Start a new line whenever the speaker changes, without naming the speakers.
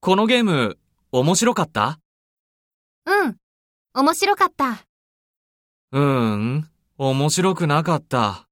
このゲーム、面白かった
うん。面白かった。
うーん、面白くなかった。